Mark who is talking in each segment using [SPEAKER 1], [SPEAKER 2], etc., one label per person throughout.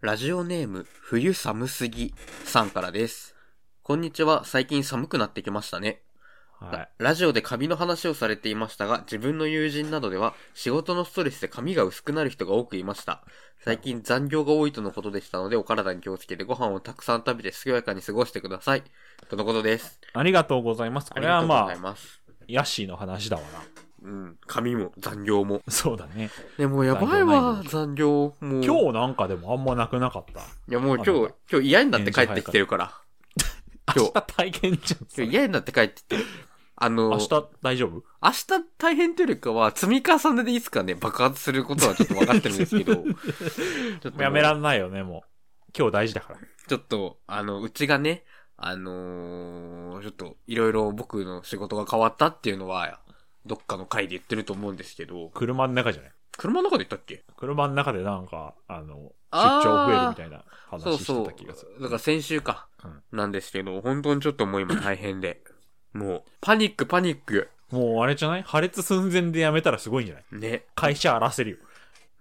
[SPEAKER 1] ラジオネーム、冬寒すぎさんからです。こんにちは、最近寒くなってきましたね。
[SPEAKER 2] は
[SPEAKER 1] ラジオで髪の話をされていましたが、自分の友人などでは仕事のストレスで髪が薄くなる人が多くいました。最近残業が多いとのことでしたので、お体に気をつけてご飯をたくさん食べて健やかに過ごしてください。とのことです。
[SPEAKER 2] い。ありがとうございます。こ
[SPEAKER 1] あ
[SPEAKER 2] れ
[SPEAKER 1] りが
[SPEAKER 2] は
[SPEAKER 1] とうご
[SPEAKER 2] ま
[SPEAKER 1] ざい
[SPEAKER 2] あ、
[SPEAKER 1] ます。
[SPEAKER 2] ヤッシーの話だわな。
[SPEAKER 1] うん。髪も残業も。
[SPEAKER 2] そうだね。
[SPEAKER 1] でもやばいわ、残業。もう。
[SPEAKER 2] 今日なんかでもあんまなくなかった。
[SPEAKER 1] いやもう
[SPEAKER 2] あ
[SPEAKER 1] 今
[SPEAKER 2] なん
[SPEAKER 1] 日
[SPEAKER 2] か、
[SPEAKER 1] 今日嫌になって帰ってきてるから。今
[SPEAKER 2] 明
[SPEAKER 1] 日
[SPEAKER 2] 日体験じゃん。
[SPEAKER 1] 今日嫌になって帰ってきてる。あの、
[SPEAKER 2] 明日大丈夫
[SPEAKER 1] 明日大変というよりかは、積み重ねでいつかね、爆発することはちょっと分かってるんですけ ど、ちょっともう
[SPEAKER 2] やめらんないよね、もう。今日大事だから。
[SPEAKER 1] ちょっと、あの、うちがね、あのーちょっと、いろいろ僕の仕事が変わったっていうのは、どっかの回で言ってると思うんですけど、
[SPEAKER 2] 車の中じゃない
[SPEAKER 1] 車の中で言ったっけ
[SPEAKER 2] 車の中でなんか、あの、出
[SPEAKER 1] あー
[SPEAKER 2] 張増えるみたいな
[SPEAKER 1] そう
[SPEAKER 2] 話し
[SPEAKER 1] そ
[SPEAKER 2] て
[SPEAKER 1] う
[SPEAKER 2] た気がする。。
[SPEAKER 1] だから先週か
[SPEAKER 2] うん、
[SPEAKER 1] なんですけど、本当にちょっともう今大変で、もう、パニックパニック、
[SPEAKER 2] もうあれじゃない破裂寸前でやめたらすごいんじゃない
[SPEAKER 1] ね。
[SPEAKER 2] 会社荒らせるよ。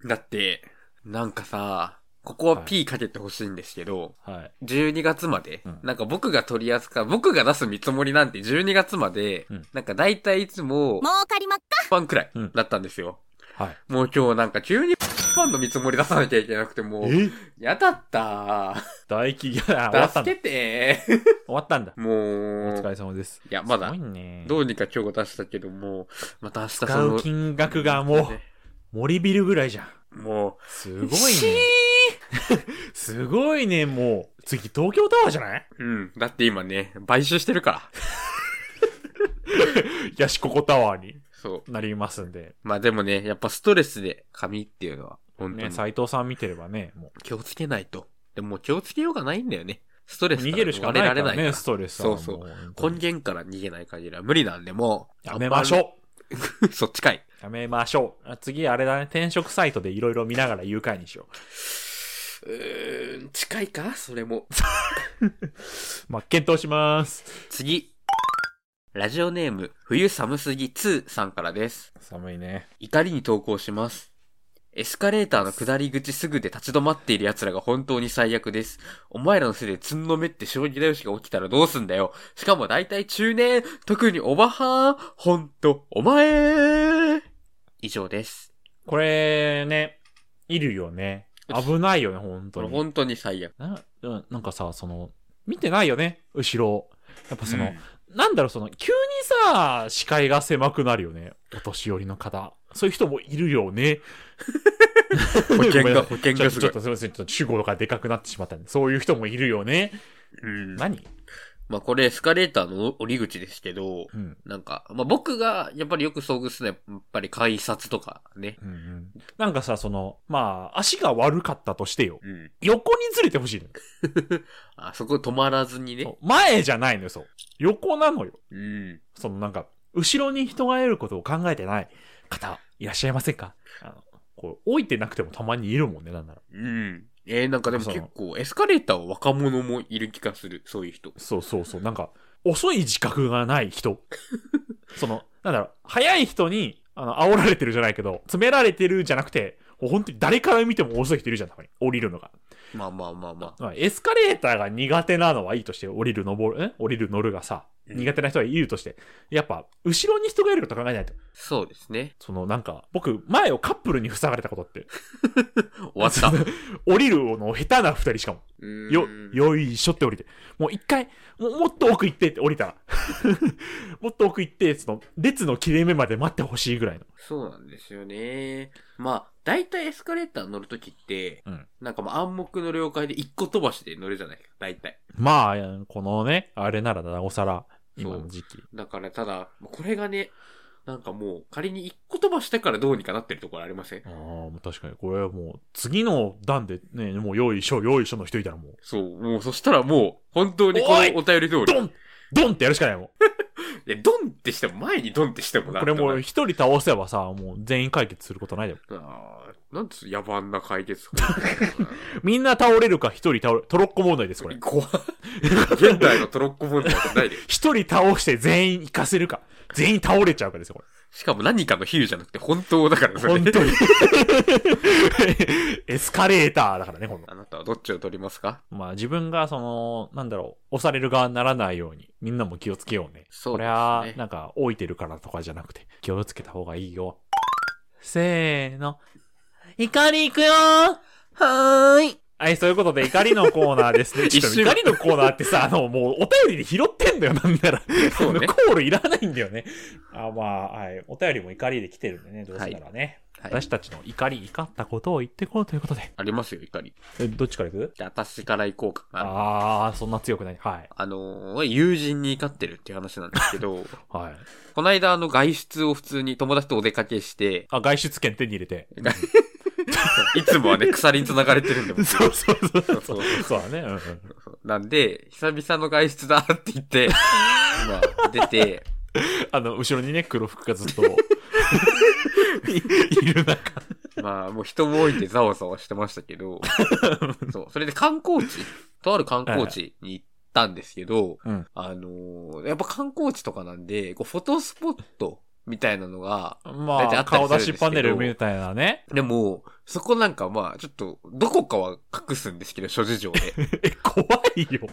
[SPEAKER 1] だって、なんかさ、ここは P かけてほしいんですけど、
[SPEAKER 2] はい。
[SPEAKER 1] 12月まで、
[SPEAKER 2] うん
[SPEAKER 1] なんか僕が取り扱う、僕が出す見積もりなんて12月まで、
[SPEAKER 2] うん
[SPEAKER 1] なんか大体いつも、
[SPEAKER 3] 儲かりまっか
[SPEAKER 1] 万くらい
[SPEAKER 2] うん
[SPEAKER 1] だったんですよ。
[SPEAKER 2] はい。
[SPEAKER 1] もう今日なんか急に万の見積もり出さなきゃいけなくてもう、
[SPEAKER 2] え
[SPEAKER 1] やだった
[SPEAKER 2] 大企業だ。終わ
[SPEAKER 1] ー。
[SPEAKER 2] ったんだ。
[SPEAKER 1] 助け
[SPEAKER 2] 終
[SPEAKER 1] て
[SPEAKER 2] わったんだ。
[SPEAKER 1] ー。も
[SPEAKER 2] お疲
[SPEAKER 1] う、
[SPEAKER 2] れ様です。
[SPEAKER 1] いや、ますだ
[SPEAKER 2] ごい、ね。
[SPEAKER 1] どうにか今日出したけども、また明日そ
[SPEAKER 2] 使う
[SPEAKER 1] の、
[SPEAKER 2] 金額がもう、森ビルぐらいじゃん。
[SPEAKER 1] も
[SPEAKER 2] す
[SPEAKER 1] う、
[SPEAKER 2] ごい
[SPEAKER 1] シ
[SPEAKER 2] ね。 すごいね、もう。次、東京タワーじゃない
[SPEAKER 1] ーうん。だって今ね、買収してるから。
[SPEAKER 2] ヤシココタワーに
[SPEAKER 1] そう。
[SPEAKER 2] なりますんで。
[SPEAKER 1] まあでもね、やっぱストレスで髪っていうのは、本当
[SPEAKER 2] ね、
[SPEAKER 1] に。
[SPEAKER 2] 斎藤さん見てればね、も
[SPEAKER 1] 気をつけないと。でももう気をつけようがないんだよね。スト
[SPEAKER 2] う。
[SPEAKER 1] レス
[SPEAKER 2] 逃げるしかない
[SPEAKER 1] 逃
[SPEAKER 2] か
[SPEAKER 1] れら
[SPEAKER 2] ら
[SPEAKER 1] れない
[SPEAKER 2] ね、
[SPEAKER 1] か
[SPEAKER 2] ストレスは
[SPEAKER 1] そうそう
[SPEAKER 2] も本当
[SPEAKER 1] ら。
[SPEAKER 2] に
[SPEAKER 1] 根源から逃げない限りは無理なんで、もう。
[SPEAKER 2] やめましょ
[SPEAKER 1] う。 そっちかい。
[SPEAKER 2] う。やめましょう。あ次、あれだね、転職サイトでいろいろ見ながら誘拐にしよう。
[SPEAKER 1] うーん、近いかそれも。
[SPEAKER 2] まあ、検討します。
[SPEAKER 1] 次。ラジオネーム、冬寒すぎ2さんからです。
[SPEAKER 2] 寒いね。
[SPEAKER 1] 怒りに投稿します。エスカレーターの下り口すぐで立ち止まっている奴らが本当に最悪です。お前らのせいでつんのめって将棋だよしが起きたらどうすんだよ。しかも大体中年、特におばはん、ほんと、お前以上です。
[SPEAKER 2] これね、いるよね。危ないよね、本
[SPEAKER 1] こ
[SPEAKER 2] 当
[SPEAKER 1] れ
[SPEAKER 2] に。
[SPEAKER 1] 本当に最悪。
[SPEAKER 2] な、うんなんかさ、その、見てないよね、後ろ。やっぱその、
[SPEAKER 1] うん
[SPEAKER 2] なんだろう、その、急にさ、視界が狭くなるよね。お年寄りの方。そういう人もいるよね。
[SPEAKER 1] 保険
[SPEAKER 2] ごめ
[SPEAKER 1] が、
[SPEAKER 2] んなさい
[SPEAKER 1] 保険
[SPEAKER 2] ち
[SPEAKER 1] が
[SPEAKER 2] ょっと、
[SPEAKER 1] すご
[SPEAKER 2] ちょ
[SPEAKER 1] い
[SPEAKER 2] っ。とすみません。ちょっと主語がでかくなってしまったんで。そういう人もいるよね。
[SPEAKER 1] うんま
[SPEAKER 2] 何
[SPEAKER 1] あこれエスカレーターの降り口ですけど、
[SPEAKER 2] うん。
[SPEAKER 1] なんか、まあ僕がやっぱりよく遭遇するのはやっぱり改札とかね。
[SPEAKER 2] うんうん、なんかさ、その、まあ、足が悪かったとしてよ。
[SPEAKER 1] うん。
[SPEAKER 2] 横にずれてほしいのよ
[SPEAKER 1] あそこ止まらずにね
[SPEAKER 2] そ。う前じゃないのよ、そう。横なのよ。
[SPEAKER 1] うん。
[SPEAKER 2] そのなんか、後ろに人がいることを考えてない方、いらっしゃいませんかあの、こう、置いてなくてもたまにいるもんね、なんなら。
[SPEAKER 1] うん。えー、なんかでも
[SPEAKER 2] そう
[SPEAKER 1] 結構、エスカレーターは若者もいる気がする、そういう人。
[SPEAKER 2] そうそうそう、なんか、遅い自覚がない人。 その、なんだろう、早い人に、あの、煽られてるじゃないけど、詰められてるじゃなくて、もう本当に誰から見ても遅い人いるじゃん、たまに。降りるのが。
[SPEAKER 1] まあまあまあまあ。
[SPEAKER 2] まあエスカレーターが苦手なのはいいとして、降りる、登る、ん降りる、乗るがさ、
[SPEAKER 1] うん
[SPEAKER 2] 苦手な人はいるとして、やっぱ、後ろに人がいること考えないと。
[SPEAKER 1] そうですね。
[SPEAKER 2] その、なんか、僕、前をカップルに塞がれたことって、
[SPEAKER 1] 終わった。
[SPEAKER 2] 降りるの下手な二人しかも。よ、よいしょって降りて。もう一回、もうもっと奥行ってって降りたら。 もっと奥行って、その、列の切れ目まで待ってほしいぐらいの。
[SPEAKER 1] そうなんですよね。まあ、大体エスカレーター乗るときって、
[SPEAKER 2] うん
[SPEAKER 1] なんかまあ暗黙の了解で一個飛ばしで乗るじゃないか、大体。
[SPEAKER 2] まあ、このね、あれならなおさら、今の時期。
[SPEAKER 1] だから、ただ、これがね、なんかもう仮に一個飛ばしてからどうにかなってるところありません
[SPEAKER 2] ああ、もう確かに、これはもう、次の段でね、もう、よいしょ、よいしょの人いたらもう、
[SPEAKER 1] そう、もうそしたらもう、本当にこ
[SPEAKER 2] おい
[SPEAKER 1] のお便り通り。
[SPEAKER 2] ドンドンってやるしかないもん。
[SPEAKER 1] でドンってしても前にドンってしてもな
[SPEAKER 2] これも
[SPEAKER 1] な
[SPEAKER 2] う、一人倒せばさ、もう、全員解決することないだよ。
[SPEAKER 1] あーなんつう野蛮な解決法
[SPEAKER 2] みんな倒れるか一人倒れ、トロッコ問題です、これ。
[SPEAKER 1] 怖い現代のトロッコ問題じゃないで。
[SPEAKER 2] 一人倒して全員行かせるか、全員倒れちゃうかですよ、これ。
[SPEAKER 1] しかも何かの比喩じゃなくて本当だからそれ
[SPEAKER 2] 本当に。 エスカレーターだからね、この。
[SPEAKER 1] あなたはどっちを取りますか
[SPEAKER 2] まあ自分がその、なんだろう、押される側にならないように、みんなも気をつけようね。
[SPEAKER 1] そうですね
[SPEAKER 2] これは、なんか、置いてるからとかじゃなくて、気をつけた方がいいよ。せーの。 怒り行くよー
[SPEAKER 1] はーい。
[SPEAKER 2] はい、そういうことで怒りのコーナーです ね。
[SPEAKER 1] 一
[SPEAKER 2] ち
[SPEAKER 1] 瞬
[SPEAKER 2] ょっと怒りのコーナーってさ、あの、もうお便りで拾ってんだよ、なんなら。
[SPEAKER 1] そうね
[SPEAKER 2] あのコールいらないんだよね。あまあ、はい。お便りも怒りで来てるんでね、どうせならね。
[SPEAKER 1] はい。
[SPEAKER 2] 私たちの怒り、怒ったことを言ってこうということで。
[SPEAKER 1] ありますよ、怒り。
[SPEAKER 2] えどっちから行く
[SPEAKER 1] じゃあ、私から行こうかな。あ
[SPEAKER 2] ああー、そんな強くない。はい。
[SPEAKER 1] のー、友人に怒ってるっていう話なんですけど、
[SPEAKER 2] はい。
[SPEAKER 1] この間、あの、外出を普通に友達とお出かけして、
[SPEAKER 2] あ、外出券手に入 れて。
[SPEAKER 1] いつもはね、鎖に繋がれてるんで、僕
[SPEAKER 2] そうそうそう
[SPEAKER 1] そう
[SPEAKER 2] そ。
[SPEAKER 1] そうう
[SPEAKER 2] そうだね。うんうん
[SPEAKER 1] なんで、久々の外出だって言 って、まあ、出て、
[SPEAKER 2] あの、後ろにね、黒服がずっ とい、いる中。
[SPEAKER 1] まあ、もう人も多いんでざわざわしてましたけ ど、そう、それで観光地、とある観光地に行ったんですけど、
[SPEAKER 2] うん
[SPEAKER 1] あのーやっぱ観光地とかなんで、こう、フォトスポットみたいなのが、
[SPEAKER 2] ま
[SPEAKER 1] 大体あ
[SPEAKER 2] あ、
[SPEAKER 1] ったりするん
[SPEAKER 2] 顔
[SPEAKER 1] で
[SPEAKER 2] 出
[SPEAKER 1] すけ
[SPEAKER 2] し
[SPEAKER 1] ど
[SPEAKER 2] パネルみたいなね。
[SPEAKER 1] でも、そこなんかまあ、ちょっと、どこかは隠すんですけど、諸事情で。
[SPEAKER 2] え、怖いよ。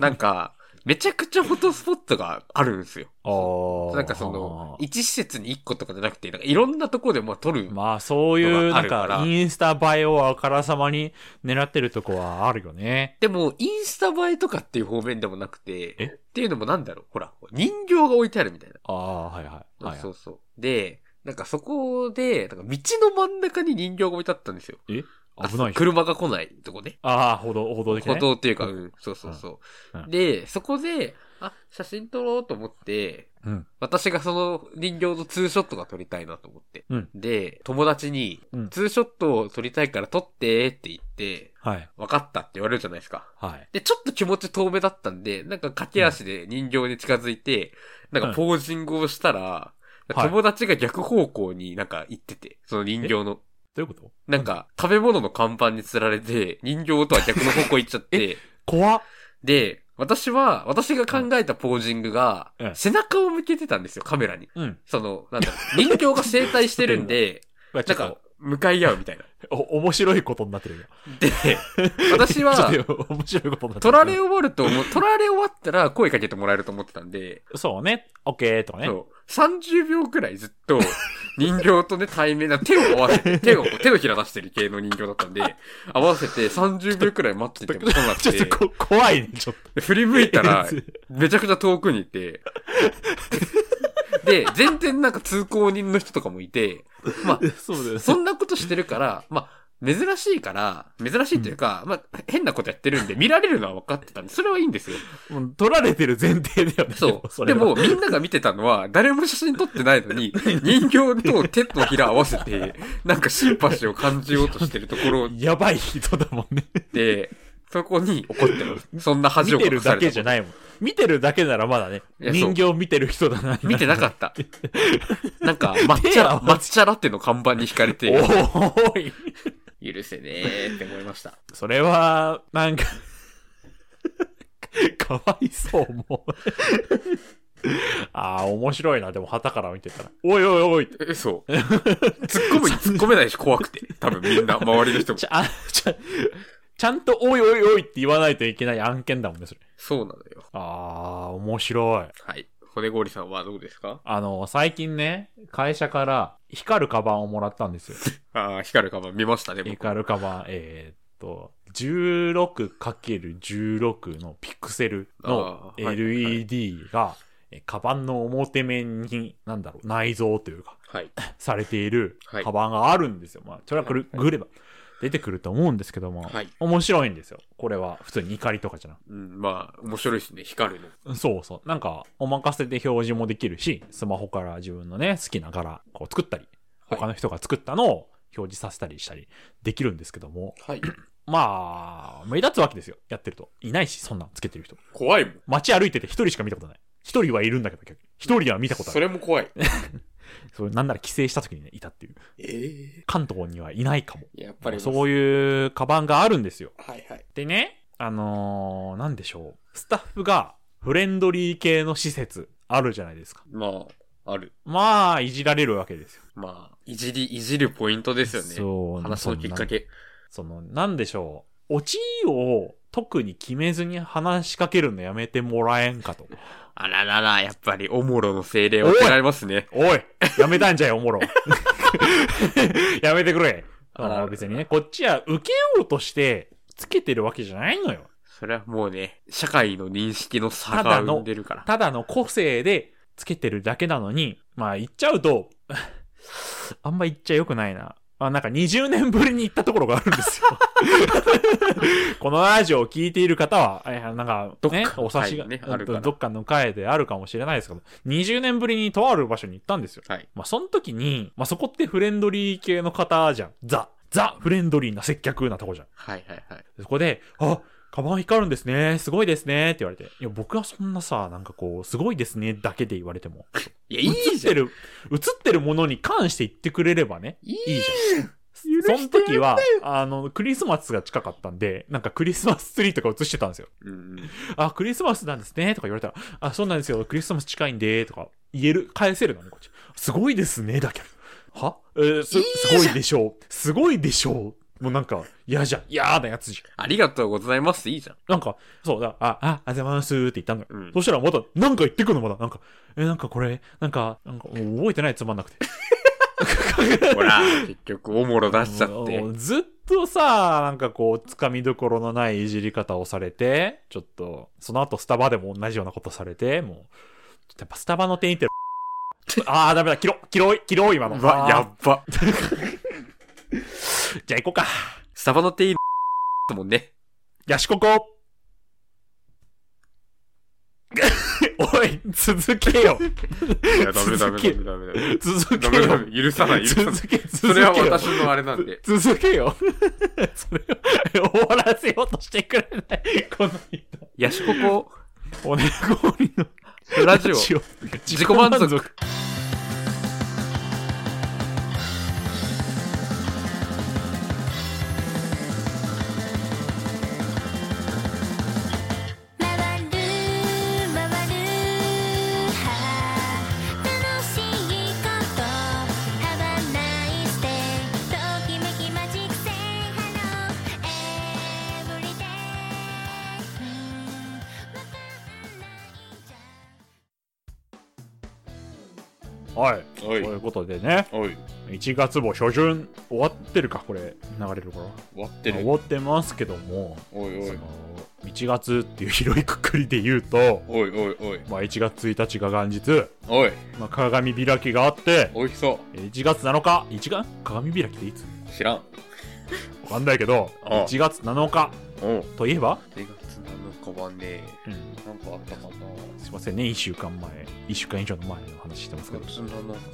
[SPEAKER 1] なんか、めちゃくちゃフォトスポットがあるんですよ。
[SPEAKER 2] ああ。
[SPEAKER 1] なんかその、一施設に一個とかじゃなくて、なんかいろんなとこでまあ撮る。
[SPEAKER 2] まあそういう、
[SPEAKER 1] のがあ
[SPEAKER 2] なん
[SPEAKER 1] るから
[SPEAKER 2] か、インスタ映えをあからさまに狙ってるとこはあるよね。
[SPEAKER 1] でも、インスタ映えとかっていう方面でもなくて、
[SPEAKER 2] え
[SPEAKER 1] っていうのもなんだろう、ほら、人形が置いてあるみたいな。
[SPEAKER 2] ああ、はいはい。はい、
[SPEAKER 1] そ
[SPEAKER 2] は
[SPEAKER 1] うそう。で、なんかそこで、なんか道の真ん中に人形が置いてあったんですよ。
[SPEAKER 2] い。危ないよ。
[SPEAKER 1] 車が来ないとこね。
[SPEAKER 2] ああ、歩道、歩道できな
[SPEAKER 1] 歩
[SPEAKER 2] い。
[SPEAKER 1] 道っていうか、うん、そうそうそう。
[SPEAKER 2] うん
[SPEAKER 1] で、そこで、あ、写真撮ろうと思って、
[SPEAKER 2] うん。
[SPEAKER 1] 私がその人形のツーショットが撮りたいなと思って。
[SPEAKER 2] うん
[SPEAKER 1] で、友達に
[SPEAKER 2] うん、
[SPEAKER 1] ツーショットを撮りたいから撮ってって言って、
[SPEAKER 2] はい。
[SPEAKER 1] 分かったって言われるじゃないですか。
[SPEAKER 2] はい。
[SPEAKER 1] で、ちょっと気持ち遠めだったんで、なんか駆け足で人形に近づいて、なんかポージングをしたら、
[SPEAKER 2] うんはい
[SPEAKER 1] 友達が逆方向になんか行ってて、その人形の。
[SPEAKER 2] どういうこと
[SPEAKER 1] なんか、食べ物の看板に釣られて、人形とは逆の方向行っちゃって、
[SPEAKER 2] 怖っ。
[SPEAKER 1] で、私は、私が考えたポージングが
[SPEAKER 2] う、ん
[SPEAKER 1] 背中を向けてたんですよ、カメラに。
[SPEAKER 2] うん。
[SPEAKER 1] その、なんだろう、人形が整体してるんで、
[SPEAKER 2] ち
[SPEAKER 1] な
[SPEAKER 2] ょ
[SPEAKER 1] ん
[SPEAKER 2] っと
[SPEAKER 1] か、、向かい合うみたいな。
[SPEAKER 2] お、面白いことになってるよ。
[SPEAKER 1] で、私は、
[SPEAKER 2] ちょっと、面白いことになって
[SPEAKER 1] 取
[SPEAKER 2] る。
[SPEAKER 1] られ終わると思う、取られ終わったら声かけてもらえると思ってたんで、
[SPEAKER 2] そうね。オッケーとかね。
[SPEAKER 1] そう、30秒くらいずっと、人形とね、対面だ、手を合わせ て、手を、手のひら出してる系の人形だったんで、合わせて30秒くらい待ってても来なく
[SPEAKER 2] ちょっと
[SPEAKER 1] て、
[SPEAKER 2] こ、怖いね、ちょっと。
[SPEAKER 1] 振り向いたら、めちゃくちゃ遠くにいて、で、全然なんか通行人の人とかもいて、まあ、
[SPEAKER 2] そうだよ。
[SPEAKER 1] そんなことしてるから、まあ、珍しいから、珍しいというか、まあ、変なことやってるんで、見られるのは分かってたんで、それはいいんですよ。
[SPEAKER 2] うん取られてる前提だよね。
[SPEAKER 1] そ。
[SPEAKER 2] そうれ
[SPEAKER 1] で
[SPEAKER 2] は
[SPEAKER 1] も、みんなが見てたのは、誰も写真撮ってないのに、 人形と手とひら合わせて、なんかシンパシーを感じようとしてるところ
[SPEAKER 2] やばい人だもんね。
[SPEAKER 1] で、そこに怒ってます。そんな恥
[SPEAKER 2] 見
[SPEAKER 1] を
[SPEAKER 2] て
[SPEAKER 1] 隠
[SPEAKER 2] る
[SPEAKER 1] さ
[SPEAKER 2] だ
[SPEAKER 1] れ
[SPEAKER 2] けじゃないもん。見てるだけならまだね。
[SPEAKER 1] いやそう
[SPEAKER 2] 人形見てる人だな。
[SPEAKER 1] 見てなかった。 なんか、抹
[SPEAKER 2] 手
[SPEAKER 1] 茶、
[SPEAKER 2] 合わせ
[SPEAKER 1] 抹茶ラテの看板に惹かれて、
[SPEAKER 2] おい。
[SPEAKER 1] 許せねーって思いま した。
[SPEAKER 2] それは、なんか、かわいそう、もう。ああ、面白いな。でも、旗から見てたら。おいおいおい。
[SPEAKER 1] え、 そう。突っ込むに突っ込めないし怖くて。多分みんな、周りの人も
[SPEAKER 2] ち。ゃ、あちゃ、ちゃんと、おいおいおいって言わないといけない案件だもんね、それ。
[SPEAKER 1] そうなのよ。
[SPEAKER 2] ああ、面白い。
[SPEAKER 1] はい。骨氷さんはどうですか
[SPEAKER 2] あの、最近ね、会社から光るカバンをもらったんですよ。
[SPEAKER 1] ああ、光るかば見ましたね、僕。
[SPEAKER 2] 光るカバン、えーっと、16×16 のピクセルの
[SPEAKER 1] あーはい
[SPEAKER 2] LED が、えカバンの表面に、なんだろう、内蔵というか、
[SPEAKER 1] はい。
[SPEAKER 2] されている
[SPEAKER 1] はい
[SPEAKER 2] カバンがあるんですよ。まあ、それはくる、
[SPEAKER 1] はい
[SPEAKER 2] ぐれば出てくると思うんですけども、
[SPEAKER 1] はい。
[SPEAKER 2] 面白いんですよ。これは、普通に怒りとかじゃなく
[SPEAKER 1] うん、まあ、面白いですね、光るの。
[SPEAKER 2] そうそう。なんか、お任せで表示もできるし、スマホから自分のね、好きな柄、こう作ったり、
[SPEAKER 1] はい
[SPEAKER 2] 他の人が作ったのを表示させたりしたりできるんですけども、
[SPEAKER 1] はい。
[SPEAKER 2] まあ、目立つわけですよ。やってると。いないし、そんなんつけてる人。
[SPEAKER 1] 怖いもん。
[SPEAKER 2] 街歩いてて一人しか見たことない。一人はいるんだけど、逆に。一人は見たことあ
[SPEAKER 1] そ
[SPEAKER 2] る。
[SPEAKER 1] れも怖い。
[SPEAKER 2] それなんなら帰省した時にね、いたっていう。
[SPEAKER 1] え
[SPEAKER 2] 関東にはいないかも。
[SPEAKER 1] えやっぱり、
[SPEAKER 2] そう
[SPEAKER 1] いう。
[SPEAKER 2] いうカバンがあるんですよ。
[SPEAKER 1] はいはい。
[SPEAKER 2] でね、あのー、なんでしょう。スタッフがフレンドリー系の施設あるじゃないですか。
[SPEAKER 1] まあ、ある。
[SPEAKER 2] まあ、いじられるわけですよ。
[SPEAKER 1] まあ、いじり、いじるポイントですよね。
[SPEAKER 2] そう
[SPEAKER 1] 話のきっか。け。
[SPEAKER 2] そんなその、なんでしょう。オチを特に決めずに話しかけるのやめてもらえんかと。
[SPEAKER 1] あららら、やっぱりおもろの精霊を受けられますね。
[SPEAKER 2] おいやめたんじゃい、おもろ。 やめてくれ。あ
[SPEAKER 1] あら
[SPEAKER 2] の別にね、こっちは受けようとしてつけてるわけじゃないのよ。
[SPEAKER 1] それはもうね、社会の認識の差
[SPEAKER 2] た
[SPEAKER 1] が
[SPEAKER 2] だの
[SPEAKER 1] 生んでるから。
[SPEAKER 2] ただの個性でつけてるだけなのに、まあ言っちゃうと、 あんま言っちゃよくないな。あなんか20年ぶりに行ったところがある んですよ。このラジオを聞いている方は、えなんか、
[SPEAKER 1] どっか
[SPEAKER 2] ね、
[SPEAKER 1] の
[SPEAKER 2] お察しが、
[SPEAKER 1] 会にねあるから
[SPEAKER 2] どっかの会であるかもしれないですけど、20年ぶりにとある場所に行ったんですよ。
[SPEAKER 1] はい。
[SPEAKER 2] まあ、その時に、まあ、そこってフレンドリー系の方じゃん。ザ、ザ、フレンドリーな接客なとこじゃん。
[SPEAKER 1] はいはいはい。
[SPEAKER 2] そこで、あ、カバン光るんですね。すごいですね。って言われて。いや、僕はそんなさ、なんかこう、すごいですね。だけで言われても。
[SPEAKER 1] いや、い
[SPEAKER 2] 映
[SPEAKER 1] い
[SPEAKER 2] っ
[SPEAKER 1] じゃ
[SPEAKER 2] て
[SPEAKER 1] ん。い
[SPEAKER 2] る、映ってるものに関して言ってくれればね。
[SPEAKER 1] い
[SPEAKER 2] いい
[SPEAKER 1] じゃん。
[SPEAKER 2] その時は、あの、クリスマスが近かったんで、なんかクリスマスツリーとか映してたんですよ。
[SPEAKER 1] うんうん。
[SPEAKER 2] あ、クリスマスなんですね。とか言われたら、あ、そうなんですよ。クリスマス近いんで、とか言える、返せるのね、こっち。すごいですね、だけど。はえーす、
[SPEAKER 1] いい
[SPEAKER 2] すごいでしょう。すごいでしょう。もうなんか、嫌じゃん。嫌なやつじゃん。
[SPEAKER 1] ありがとうございます。いいじゃん。
[SPEAKER 2] なんか、そうだ、あ、あ、あざますって言ったのよ。
[SPEAKER 1] うん
[SPEAKER 2] そしたらまた、なんか言ってくるの、まだ。なんか、え、なんかこれ、なんか、なんか、もう覚えてない、つまんなくて。
[SPEAKER 1] ほら、結局、おもろ出しちゃって
[SPEAKER 2] も。うずっとさ、なんかこう、つかみどころのないいじり方をされて、ちょっと、その後スタバでも同じようなことされて、もう、ちょっとやっぱスタバの店員って、あーダメだ、切ろ、切ろい、切ろい、今の。
[SPEAKER 1] うわ、や
[SPEAKER 2] あ
[SPEAKER 1] っば。
[SPEAKER 2] ーじゃあ行こうか。
[SPEAKER 1] スタバの店員だもんね。
[SPEAKER 2] ヤシコ コ。おい、続けよ。
[SPEAKER 1] いや、ダメダメ
[SPEAKER 2] 続け
[SPEAKER 1] ダメダメダメ。
[SPEAKER 2] 続
[SPEAKER 1] ダ
[SPEAKER 2] け
[SPEAKER 1] メダ
[SPEAKER 2] よ。
[SPEAKER 1] メ。許さない、許さない。
[SPEAKER 2] 続け、続け
[SPEAKER 1] そ
[SPEAKER 2] よ。
[SPEAKER 1] れは私のあれなんで。
[SPEAKER 2] 続けよ。 それを終わらせようとしてくれない。この人。
[SPEAKER 1] ヤシコ
[SPEAKER 2] おねごりの
[SPEAKER 1] コ、ラジオ。
[SPEAKER 2] 自
[SPEAKER 1] 自己満足。
[SPEAKER 3] 「まわるまわるは楽しいこと」「ハワないステときめきマジックセイハローエブリデイ」「わかんないじゃ
[SPEAKER 2] は
[SPEAKER 3] ん」
[SPEAKER 2] い。
[SPEAKER 1] お
[SPEAKER 2] ということでね、
[SPEAKER 1] おい、
[SPEAKER 2] 1月も初旬終わってるか、これ、流れる頃。
[SPEAKER 1] 割っ
[SPEAKER 2] 終。わってますけども、
[SPEAKER 1] おい
[SPEAKER 2] その、1月っていう広いくくりで言うと、
[SPEAKER 1] おいおいおい。
[SPEAKER 2] まあ1月1日が元日、
[SPEAKER 1] おい、
[SPEAKER 2] まあ鏡開きがあって、
[SPEAKER 1] おいしそ
[SPEAKER 2] 1月7日、1月鏡開きっていつ
[SPEAKER 1] う。知らん。
[SPEAKER 2] わかんないけど、
[SPEAKER 1] ああ
[SPEAKER 2] 1月7日
[SPEAKER 1] おう。
[SPEAKER 2] といえば、
[SPEAKER 1] 2月7日はね、なんかあったかな。
[SPEAKER 2] すいませんね、1週間前、1週間以上の前の話してますけ
[SPEAKER 1] 2
[SPEAKER 2] ど、
[SPEAKER 1] 月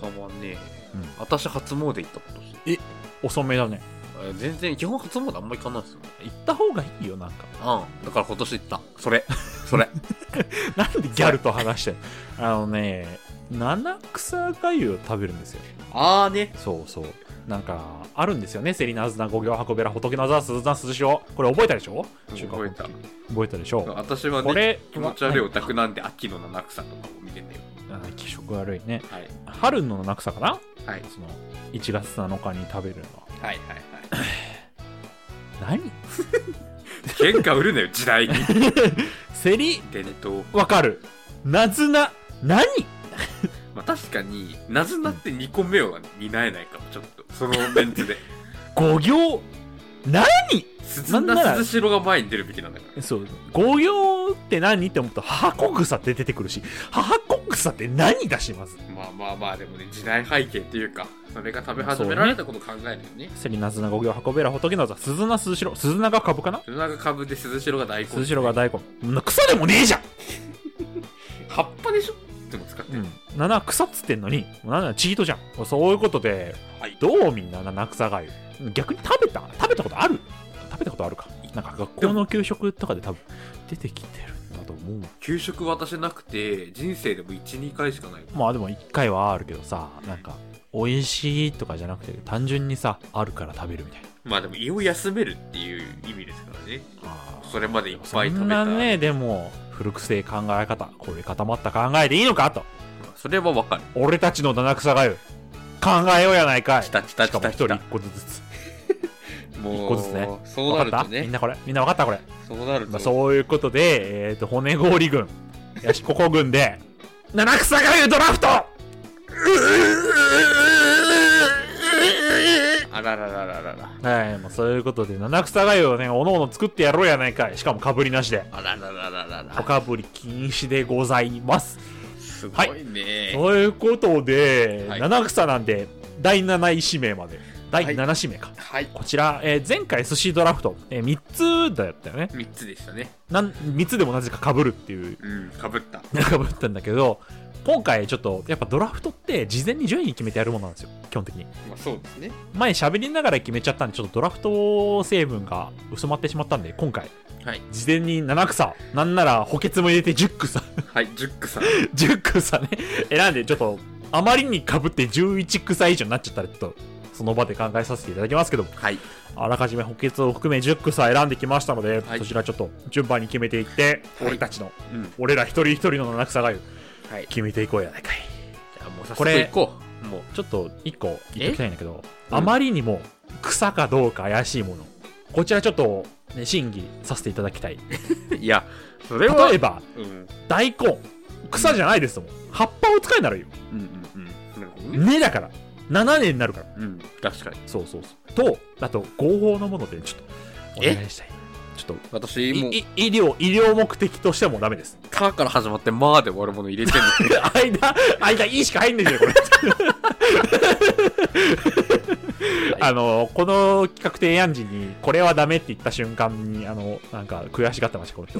[SPEAKER 1] 7日はね、
[SPEAKER 2] うん
[SPEAKER 1] 私初詣行ったことでする
[SPEAKER 2] 遅めだね。
[SPEAKER 1] え全然、基本初詣あんま行かないですよ。
[SPEAKER 2] 行った方がいいよ、なんか。
[SPEAKER 1] うん。だから今年行った。それ。それ。
[SPEAKER 2] なんでギャルと話してんのあのね、七草がゆを食べるんですよ。
[SPEAKER 1] あーね。
[SPEAKER 2] そうそう。なんか、あるんですよね。セリナズナ、五行、箱べら、仏の座、鈴な、鈴潮。これ覚えたでしょ中学校
[SPEAKER 1] 覚え
[SPEAKER 2] の時
[SPEAKER 1] た。
[SPEAKER 2] 覚えたでしょ
[SPEAKER 1] 私は
[SPEAKER 2] こ
[SPEAKER 1] ね、
[SPEAKER 2] れ、
[SPEAKER 1] 気持ち悪い
[SPEAKER 2] は
[SPEAKER 1] オタクなんで、秋の七草とかを見ててよ。
[SPEAKER 2] い。あ気色悪いね。
[SPEAKER 1] はい。
[SPEAKER 2] 春の七草かな
[SPEAKER 1] はい。
[SPEAKER 2] その、1月7日に食べるのは。
[SPEAKER 1] はいはいはい。
[SPEAKER 2] 何
[SPEAKER 1] 喧嘩売るなよ、時代に。
[SPEAKER 2] セリ、
[SPEAKER 1] でねと、
[SPEAKER 2] わかる。ナズナ、何
[SPEAKER 1] まあ、確かに、なずなって2個目は担えないかも、ちょっと。そのメンツ で。
[SPEAKER 2] 五行、
[SPEAKER 1] 鈴
[SPEAKER 2] なんな
[SPEAKER 1] な
[SPEAKER 2] ら
[SPEAKER 1] 鈴代が前に出るべきなんだから。
[SPEAKER 2] そう五行って何って思ったら母国草って出てくるし母国草って何出します
[SPEAKER 1] まあまあまあ、でもね、時代背景っていうか、それが食べ始められたことを考えるよね。
[SPEAKER 2] セリナズナ五行箱べら仏の座鈴名鈴代鈴名が株かな
[SPEAKER 1] 鈴が株で鈴代が大根。
[SPEAKER 2] 鈴代が大根んな草でもねえじゃん、
[SPEAKER 1] 葉っぱでしょでも使って
[SPEAKER 2] う
[SPEAKER 1] る。
[SPEAKER 2] ん、七草っつってんのに七はチートじゃんもうそういうことで
[SPEAKER 1] はい。
[SPEAKER 2] どうみんな七草がゆ逆に食べた食べたことある食べたことあるかなんか学校の給食とかで多分出てきてるんだと思う
[SPEAKER 1] 給食私なくて、人生でも1、2回しかない。
[SPEAKER 2] まあでも1回はあるけどさなんか美味しいとかじゃなくて単純にさあるから食べるみたいな
[SPEAKER 1] まあでも胃を休めるっていう意味ですからね。
[SPEAKER 2] あー
[SPEAKER 1] それまでいっぱい食
[SPEAKER 2] そ
[SPEAKER 1] べ
[SPEAKER 2] ん
[SPEAKER 1] た。
[SPEAKER 2] なねでも古くせえ考え方これ固まった考えでいいのかと
[SPEAKER 1] まあそれはわかる。
[SPEAKER 2] 俺たちの七草がゆ考えようやないかい
[SPEAKER 1] 来た来た
[SPEAKER 2] し
[SPEAKER 1] 来
[SPEAKER 2] かも
[SPEAKER 1] た
[SPEAKER 2] 一人
[SPEAKER 1] 来た
[SPEAKER 2] 一。個ずつ
[SPEAKER 1] もう、
[SPEAKER 2] 一個ずつね
[SPEAKER 1] そうな
[SPEAKER 2] 分
[SPEAKER 1] る
[SPEAKER 2] か
[SPEAKER 1] と
[SPEAKER 2] った、みん
[SPEAKER 1] ね。
[SPEAKER 2] なこれみんな分かったこれ、
[SPEAKER 1] そうなると。
[SPEAKER 2] まあ、そういうことで、えー、と骨氷軍ヤシココ軍で七草がゆドラフト
[SPEAKER 1] あらららららら。
[SPEAKER 2] はい、まあ、そういうことで七草がゆをねおのおの作ってやろうやないかいしかもかぶりなしで
[SPEAKER 1] あららららら
[SPEAKER 2] お
[SPEAKER 1] ら。
[SPEAKER 2] かぶり禁止でございます
[SPEAKER 1] すごいね。
[SPEAKER 2] ということで、
[SPEAKER 1] はい
[SPEAKER 2] 七草なんで第7位指名まで第
[SPEAKER 1] はい
[SPEAKER 2] 7指名か、
[SPEAKER 1] はい。
[SPEAKER 2] こちら、えー前回寿司ドラフト、え3つだったよね
[SPEAKER 1] 3つでしたね。
[SPEAKER 2] なん3つでもなぜか被るっていう
[SPEAKER 1] うん、かぶった。
[SPEAKER 2] 中ぶったんだけど今回ちょっとやっぱドラフトって事前に順位決めてやるものなんですよ基本的に
[SPEAKER 1] まあそうですね。
[SPEAKER 2] 前喋りながら決めちゃったんでちょっとドラフト成分が薄まってしまったんで今回
[SPEAKER 1] はい。
[SPEAKER 2] 事前に7草なんなら補欠も入れて10草
[SPEAKER 1] はい、10区さん。
[SPEAKER 2] 10草ね選んでちょっとあまりに被って11草以上になっちゃったらちょっとその場で考えさせていただきますけども
[SPEAKER 1] はい。
[SPEAKER 2] あらかじめ補欠を含め10草選んできましたので、
[SPEAKER 1] はい
[SPEAKER 2] そちらちょっと順番に決めていって、
[SPEAKER 1] はい
[SPEAKER 2] 俺たちの
[SPEAKER 1] うん。
[SPEAKER 2] 俺ら一人一人の七草がゆ
[SPEAKER 1] はい。
[SPEAKER 2] 決めていこうやないかい
[SPEAKER 1] じゃあもう早
[SPEAKER 2] こ
[SPEAKER 1] 速
[SPEAKER 2] れ
[SPEAKER 1] 行こう。もう。
[SPEAKER 2] ちょっと一個言っておきたいんだけど、
[SPEAKER 1] うん
[SPEAKER 2] あまりにも草かどうか怪しいものこちらちょっと、ね、審議させていただきたい
[SPEAKER 1] いや、それは。
[SPEAKER 2] 例えば
[SPEAKER 1] うん。うん
[SPEAKER 2] 大根草じゃないですもん葉っぱを使いならいいよ
[SPEAKER 1] うんうん。なるほどね。
[SPEAKER 2] 根だから7年になるから
[SPEAKER 1] うん、確かに。
[SPEAKER 2] そうそうそうとあと合法のものでちょっとお願いしたいちょっと
[SPEAKER 1] 私、もう
[SPEAKER 2] い、い医療医療目的としてもダメです
[SPEAKER 1] たから始まって、まあで終わるもの入れてんの。
[SPEAKER 2] 間間いいしか入んないじゃんこ れあのこの企画提案時にこれはダメって言った瞬間にあのなんか悔しがってまし たこの人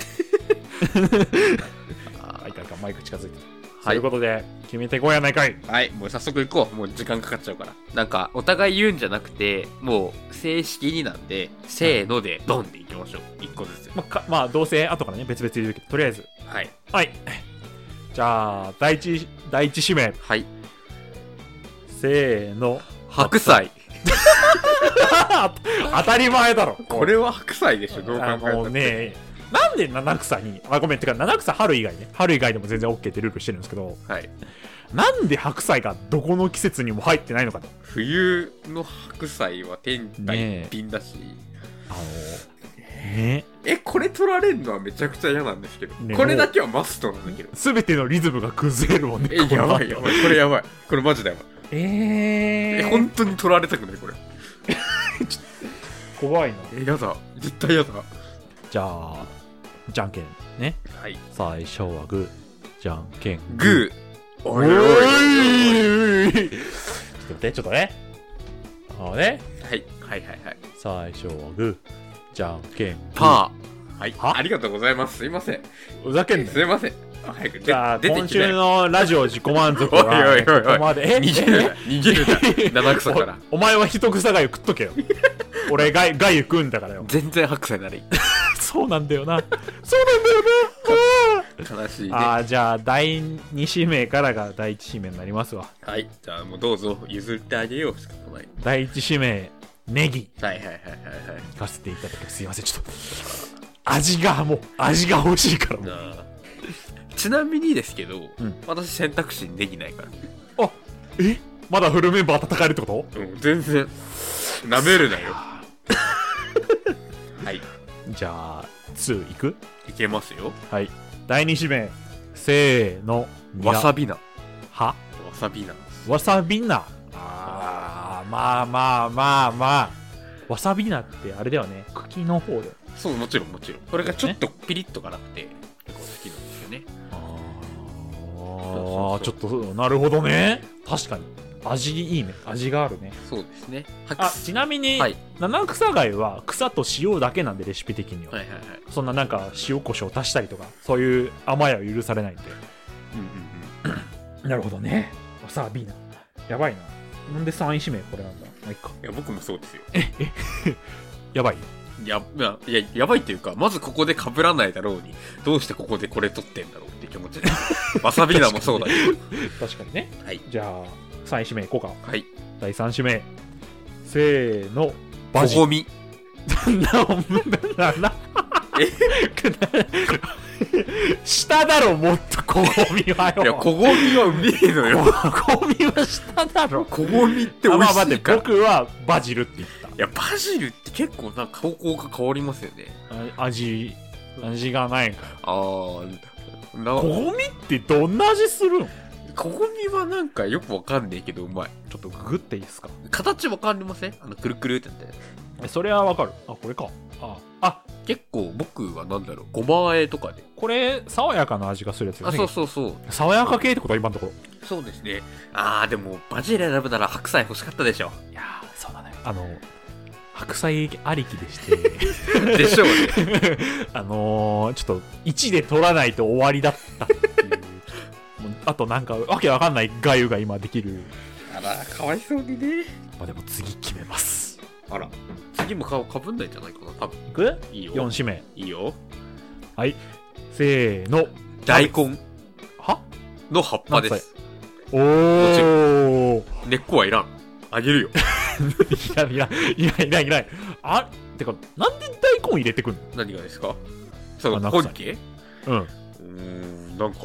[SPEAKER 2] あいかんいかんマイク近づいてたと、
[SPEAKER 1] はい
[SPEAKER 2] い、うことで決めてこうやないかい
[SPEAKER 1] はい、もう早速行こう。もう時間かかっちゃうから。なんか、お互い言うんじゃなくて、もう正式になんで、せーので、ドンで行きましょう。一個ずつ。
[SPEAKER 2] まあ、かまあどうせ後からね別々で言うけどとりあえず
[SPEAKER 1] はい。
[SPEAKER 2] はいじゃあ第一第一指名
[SPEAKER 1] はい。
[SPEAKER 2] せーの
[SPEAKER 1] 白菜。
[SPEAKER 2] 当たり前だろ
[SPEAKER 1] これは白菜でしょ、どう考え
[SPEAKER 2] あ
[SPEAKER 1] たって
[SPEAKER 2] のねなんで七草にあごめんてか七草春以外ね春以外でも全然 OK ってルールしてるんですけど
[SPEAKER 1] はい。
[SPEAKER 2] なんで白菜がどこの季節にも入ってないのかと
[SPEAKER 1] 冬の白菜は天下
[SPEAKER 2] ねえ
[SPEAKER 1] 一品だし、
[SPEAKER 2] あのね
[SPEAKER 1] え、これ取られるのはめちゃくちゃ嫌なんですけど、
[SPEAKER 2] ね
[SPEAKER 1] これだけはマストなんだけど。
[SPEAKER 2] 全てのリズムが崩れるもんね
[SPEAKER 1] え、
[SPEAKER 2] この
[SPEAKER 1] やばいやばい。これやばい。これマジだやばい。
[SPEAKER 2] え
[SPEAKER 1] え、
[SPEAKER 2] ー、
[SPEAKER 1] 本当に取られたくない、これ。
[SPEAKER 2] 怖いな
[SPEAKER 1] え、やだ。絶対やだ。は
[SPEAKER 2] じゃあじゃんけんね
[SPEAKER 1] い。
[SPEAKER 2] 最初はグーじゃんけん
[SPEAKER 1] グー。
[SPEAKER 2] おいおいおいちょっと待ってちょっとねあのね
[SPEAKER 1] はい、はいはいはい。
[SPEAKER 2] 最初はグーじゃんけん
[SPEAKER 1] パー。はい。
[SPEAKER 2] は
[SPEAKER 1] ありがとうございます。すいません。
[SPEAKER 2] ーふざけんなよ
[SPEAKER 1] すいません。早く出
[SPEAKER 2] じゃあ、
[SPEAKER 1] 出て
[SPEAKER 2] 今
[SPEAKER 1] きな
[SPEAKER 2] 週
[SPEAKER 1] よ。
[SPEAKER 2] のラジオ自己満足
[SPEAKER 1] おいおいおいおい
[SPEAKER 2] は、ここまで。え
[SPEAKER 1] 逃げるな。
[SPEAKER 2] え
[SPEAKER 1] 逃げるな。七草から。。
[SPEAKER 2] おお前は人草がゆ食っとけよ。俺がゆ、がゆ食うんだからよ
[SPEAKER 1] 全然白菜ならいい。
[SPEAKER 2] そうなんだよな。そうなんだよな。
[SPEAKER 1] 悲しいね。
[SPEAKER 2] ああー、じゃあ、第2指名からが第1指名になりますわ。
[SPEAKER 1] はい。じゃあもうどうぞ譲ってあげようしかない。
[SPEAKER 2] 第1指名、ネギ、
[SPEAKER 1] はいはいはいはいはい。
[SPEAKER 2] 行かせていただきます。すいません、ちょっと。味が、もう、味が欲しいからもう。
[SPEAKER 1] なあちなみにですけど、
[SPEAKER 2] うん
[SPEAKER 1] 私選択肢にできないから。
[SPEAKER 2] あ、えまだフルメンバー戦えるってこと
[SPEAKER 1] うん、全然。舐めるなよ。はい。
[SPEAKER 2] じゃあ、2いく
[SPEAKER 1] いけますよ。
[SPEAKER 2] はい。第2指名、せーの、
[SPEAKER 1] わさ
[SPEAKER 2] び。
[SPEAKER 1] びな。わ
[SPEAKER 2] は
[SPEAKER 1] さびな。
[SPEAKER 2] わさびな。あー、まあまあまあまあ。わさびなってあれだよね。茎の方で。
[SPEAKER 1] そう、もちろんもちろん。これがちょっとピリッと辛くて、結構好きなんですよね。
[SPEAKER 2] あ
[SPEAKER 1] そ
[SPEAKER 2] あ
[SPEAKER 1] う
[SPEAKER 2] ちょっと、なるほどね。確かに。味いいね。味があるね。
[SPEAKER 1] そうですね。白
[SPEAKER 2] あ、
[SPEAKER 1] 菜
[SPEAKER 2] ちなみに、
[SPEAKER 1] はい
[SPEAKER 2] 七草貝は草と塩だけなんで、レシピ的には。
[SPEAKER 1] はいはいはい。
[SPEAKER 2] そんななんか塩コショウ足したりとか、そういう甘えは許されないんで。
[SPEAKER 1] うんうん
[SPEAKER 2] なるほどね。わさびな。やばいな。なんで3位指名これなんだ。まあ、いっか。
[SPEAKER 1] うん。いや、僕もそうですよ。
[SPEAKER 2] やばい。
[SPEAKER 1] や、まあいや、やばいっていうか、まずここで被らないだろうに、どうしてここでこれ取ってんだろうって気持 ちで。わさび菜もそうだけ
[SPEAKER 2] 確かにね。
[SPEAKER 1] ど。はい。
[SPEAKER 2] じゃあ、3位指名いこうか。
[SPEAKER 1] はい。
[SPEAKER 2] 第3指名。せーの。
[SPEAKER 1] こご
[SPEAKER 2] ン。
[SPEAKER 1] み。
[SPEAKER 2] なおむなな。
[SPEAKER 1] え
[SPEAKER 2] くだ下だろ、もっと、こごみはい
[SPEAKER 1] や、
[SPEAKER 2] よ。
[SPEAKER 1] 小ゴミはうめえの よ。
[SPEAKER 2] こごみは下だろ。
[SPEAKER 1] 小ゴミって美味
[SPEAKER 2] あまあ
[SPEAKER 1] し
[SPEAKER 2] 待っ
[SPEAKER 1] い
[SPEAKER 2] て、
[SPEAKER 1] から。い
[SPEAKER 2] 僕はバジルって言っ
[SPEAKER 1] や、バジルって結構なんか方向が変わりますよね。
[SPEAKER 2] た。あ味、味がないから。
[SPEAKER 1] あー、な、
[SPEAKER 2] こごみってどんな味するんち
[SPEAKER 1] 小ゴミはなんかよくわかんねえけどうまい。
[SPEAKER 2] ょっとググっていいですか
[SPEAKER 1] 形わかりませんあの、くるくるってなって。
[SPEAKER 2] えそれはわかる。あ、これか。あ、あ
[SPEAKER 1] 結構僕はなんだろう、ごま和えとかで。
[SPEAKER 2] これ、爽やかな味がするやつよ
[SPEAKER 1] あ、
[SPEAKER 2] ね。
[SPEAKER 1] そうそうそう。
[SPEAKER 2] 爽やか系ってことは今のところ。
[SPEAKER 1] そうですね。あー、でも、バジル選ぶなら白菜欲しかったでしょ。
[SPEAKER 2] いやー、そうだね。あの、白菜ありきで して、
[SPEAKER 1] でしょうね。
[SPEAKER 2] あのー、ちょっと、1で取らないと終わりだったっていうもうあとなんか、わけわかんない外遊が今できる。
[SPEAKER 1] あら、かわいそうにね。
[SPEAKER 2] まあでも次決めます。
[SPEAKER 1] あら、次も顔かぶんないんじゃないかな、多分。
[SPEAKER 2] いく
[SPEAKER 1] いいよ。
[SPEAKER 2] ?4 指名。
[SPEAKER 1] いいよ。
[SPEAKER 2] はい。せーの。
[SPEAKER 1] 大根
[SPEAKER 2] は
[SPEAKER 1] の葉っぱです。
[SPEAKER 2] おー。
[SPEAKER 1] 根っこはいらん。あげるよ。
[SPEAKER 2] いらんいらんいらんいらんいらんあてかなんで大根入れてくんの
[SPEAKER 1] 何がですかそ
[SPEAKER 2] あ
[SPEAKER 1] の
[SPEAKER 2] 白
[SPEAKER 1] 本
[SPEAKER 2] 菜
[SPEAKER 1] 家
[SPEAKER 2] うん
[SPEAKER 1] うーん、なんか、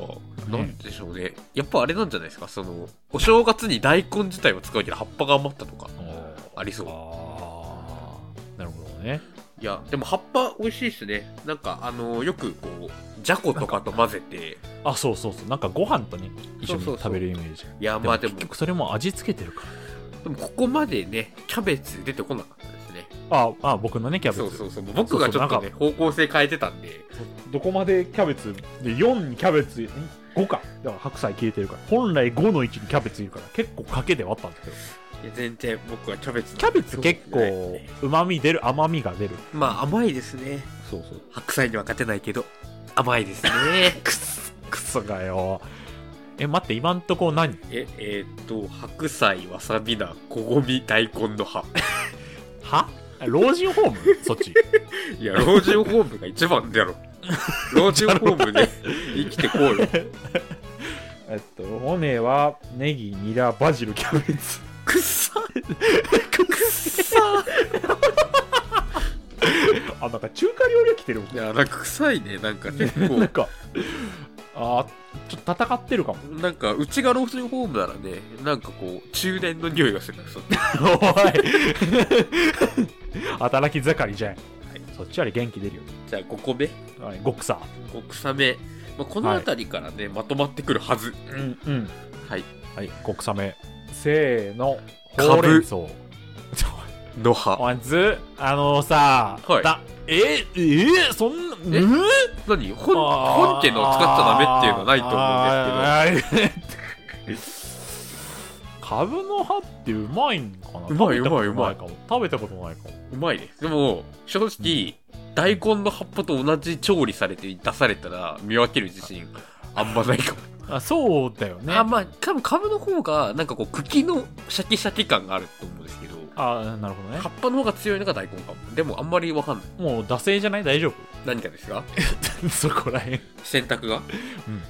[SPEAKER 1] なんでしょうね。やっぱあれなんじゃないですかその、お正月に大根自体は使うけど葉っぱが余ったとか、ありそう。
[SPEAKER 2] あーなるほどね
[SPEAKER 1] いや、でも葉っぱ美味しいっすね。なんか、あのよくこう、じゃことかと混ぜて、
[SPEAKER 2] あそうそうそうなんかご飯とね一緒に
[SPEAKER 1] そうそうそう
[SPEAKER 2] 食べるイメージ
[SPEAKER 1] いや、まあでも
[SPEAKER 2] 結、局それも味付けてるか
[SPEAKER 1] でもここまでね、キャベツ出てこなかったですね。
[SPEAKER 2] らああ僕のねキャベツ
[SPEAKER 1] そうそうそう。僕がちょっとね、方向性変えてたんで、
[SPEAKER 2] どこまでキャベツで4にキャベツ5かだから白菜消えてるから本来5の1にキャベツいるから結構賭けではあったんだけど
[SPEAKER 1] いや全然僕はキャベツ
[SPEAKER 2] キャベツ結
[SPEAKER 1] そうです
[SPEAKER 2] 構
[SPEAKER 1] ね
[SPEAKER 2] うまみ出る甘みが出る
[SPEAKER 1] まあ甘いですね。
[SPEAKER 2] そうそう
[SPEAKER 1] 白菜には勝てないけど、甘いですね。
[SPEAKER 2] くそくそがよえ待って今んとこ何
[SPEAKER 1] え、えーっと、白菜、わさび菜、こごみ、大根の葉。
[SPEAKER 2] は老人ホームそ っち
[SPEAKER 1] いや、老人ホームが一番だ ろ。老人ホーム で生きてこうよ。
[SPEAKER 2] えっと骨はネギニラバジルキャベツ
[SPEAKER 1] くっさくっさ
[SPEAKER 2] あなんか中華料理屋来てるもん
[SPEAKER 1] いや、なんか臭いね。なんか結構
[SPEAKER 2] なん、かあーちょっと戦ってるかも
[SPEAKER 1] なんか、うちが老人ホームならね、なんかこう、中年の匂いがする からそ
[SPEAKER 2] おい働き盛りじゃん、
[SPEAKER 1] い
[SPEAKER 2] そっちより元気出るよ、
[SPEAKER 1] じゃあ、5個目。
[SPEAKER 2] はい、極さ
[SPEAKER 1] 5臭め。まあ、この辺りからね、まとまってくるはず。
[SPEAKER 2] うんうん
[SPEAKER 1] はい。
[SPEAKER 2] はい極さめせーの
[SPEAKER 1] かぶ
[SPEAKER 2] ほうれん草
[SPEAKER 1] の葉。
[SPEAKER 2] あずあのさ、
[SPEAKER 1] はい
[SPEAKER 2] だええーそんな
[SPEAKER 1] え
[SPEAKER 2] うー
[SPEAKER 1] 何本本家の使っちゃダメっていうのはないと思
[SPEAKER 2] 思うんですけど。カブの葉ってうまいんかな
[SPEAKER 1] うまい
[SPEAKER 2] 食べたこと
[SPEAKER 1] うまいうまい
[SPEAKER 2] なかも食べたことないかも。
[SPEAKER 1] うんですけど。うまいね。でも、正直、大根の葉っぱと同じ調理されて出されたら見分ける自信あんまないかも。
[SPEAKER 2] あそうだよね。
[SPEAKER 1] あ、まあ、多分株の方が、なんかこう、茎のシャキシャキ感があると思うんですけど、
[SPEAKER 2] あなるほどね
[SPEAKER 1] 葉。っぱの方が強いのが大根かも。でも、あんまりわかんない。
[SPEAKER 2] もう惰性じゃない大丈夫
[SPEAKER 1] 何かですか
[SPEAKER 2] そこらへん。
[SPEAKER 1] 選択が、
[SPEAKER 2] ん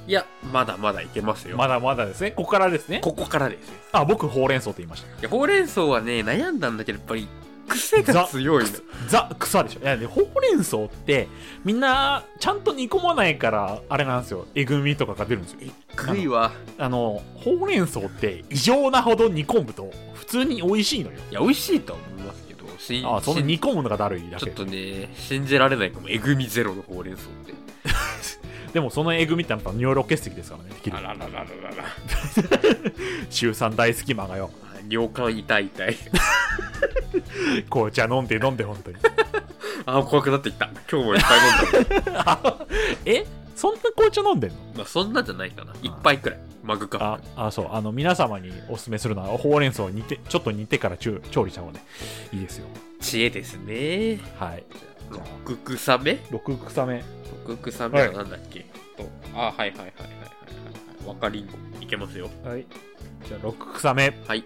[SPEAKER 1] いや、まだまだいけますよ。
[SPEAKER 2] まだまだですね。ここからですね。
[SPEAKER 1] ここからですよ。
[SPEAKER 2] あ、僕、ほうれん草って言いました。
[SPEAKER 1] いや、ほうれん草はね、悩んだんだけど、やっぱり、癖が
[SPEAKER 2] ザ
[SPEAKER 1] 強いの。
[SPEAKER 2] ザ、草でしょ。いや、でほうれん草って、みんな、ちゃんと煮込まないから、あれなんですよ。えぐみとかが出るんですよ。
[SPEAKER 1] えっくいわ。
[SPEAKER 2] あの、ほうれん草って、異常なほど煮込むと、普通に美味しいのよ。
[SPEAKER 1] いや、美味しいとは思いますけど、し
[SPEAKER 2] あそんな
[SPEAKER 1] し
[SPEAKER 2] 煮込むのがだるいだ
[SPEAKER 1] ちょっ
[SPEAKER 2] け
[SPEAKER 1] とね、信じられないかも。えぐみゼロのほうれん草って。
[SPEAKER 2] でもそのえぐみってやっぱ尿路結石ですからねできる
[SPEAKER 1] あらららららら。
[SPEAKER 2] 週3大好きマンがよ
[SPEAKER 1] あ尿管痛い痛い。
[SPEAKER 2] 紅茶飲んで飲んで本当に
[SPEAKER 1] あ、怖くなってきた。今日もいっぱい飲んだ。
[SPEAKER 2] えそんな紅茶飲んでんの
[SPEAKER 1] まあそんなじゃないかな。一杯くらい。マグカッ
[SPEAKER 2] ああそうあの皆様におすすめするのはほうれん草を煮てちょっと煮てからちゅ調理した方がねいいですよ
[SPEAKER 1] プ。知恵ですね。
[SPEAKER 2] はいじゃあ
[SPEAKER 1] 六草目
[SPEAKER 2] 6草目
[SPEAKER 1] 六草目は
[SPEAKER 2] はい
[SPEAKER 1] なんだっけ、とあ、はいはいはいはいはいはい。若りんご。いけますよ。
[SPEAKER 2] はいじゃあ6草目
[SPEAKER 1] はい。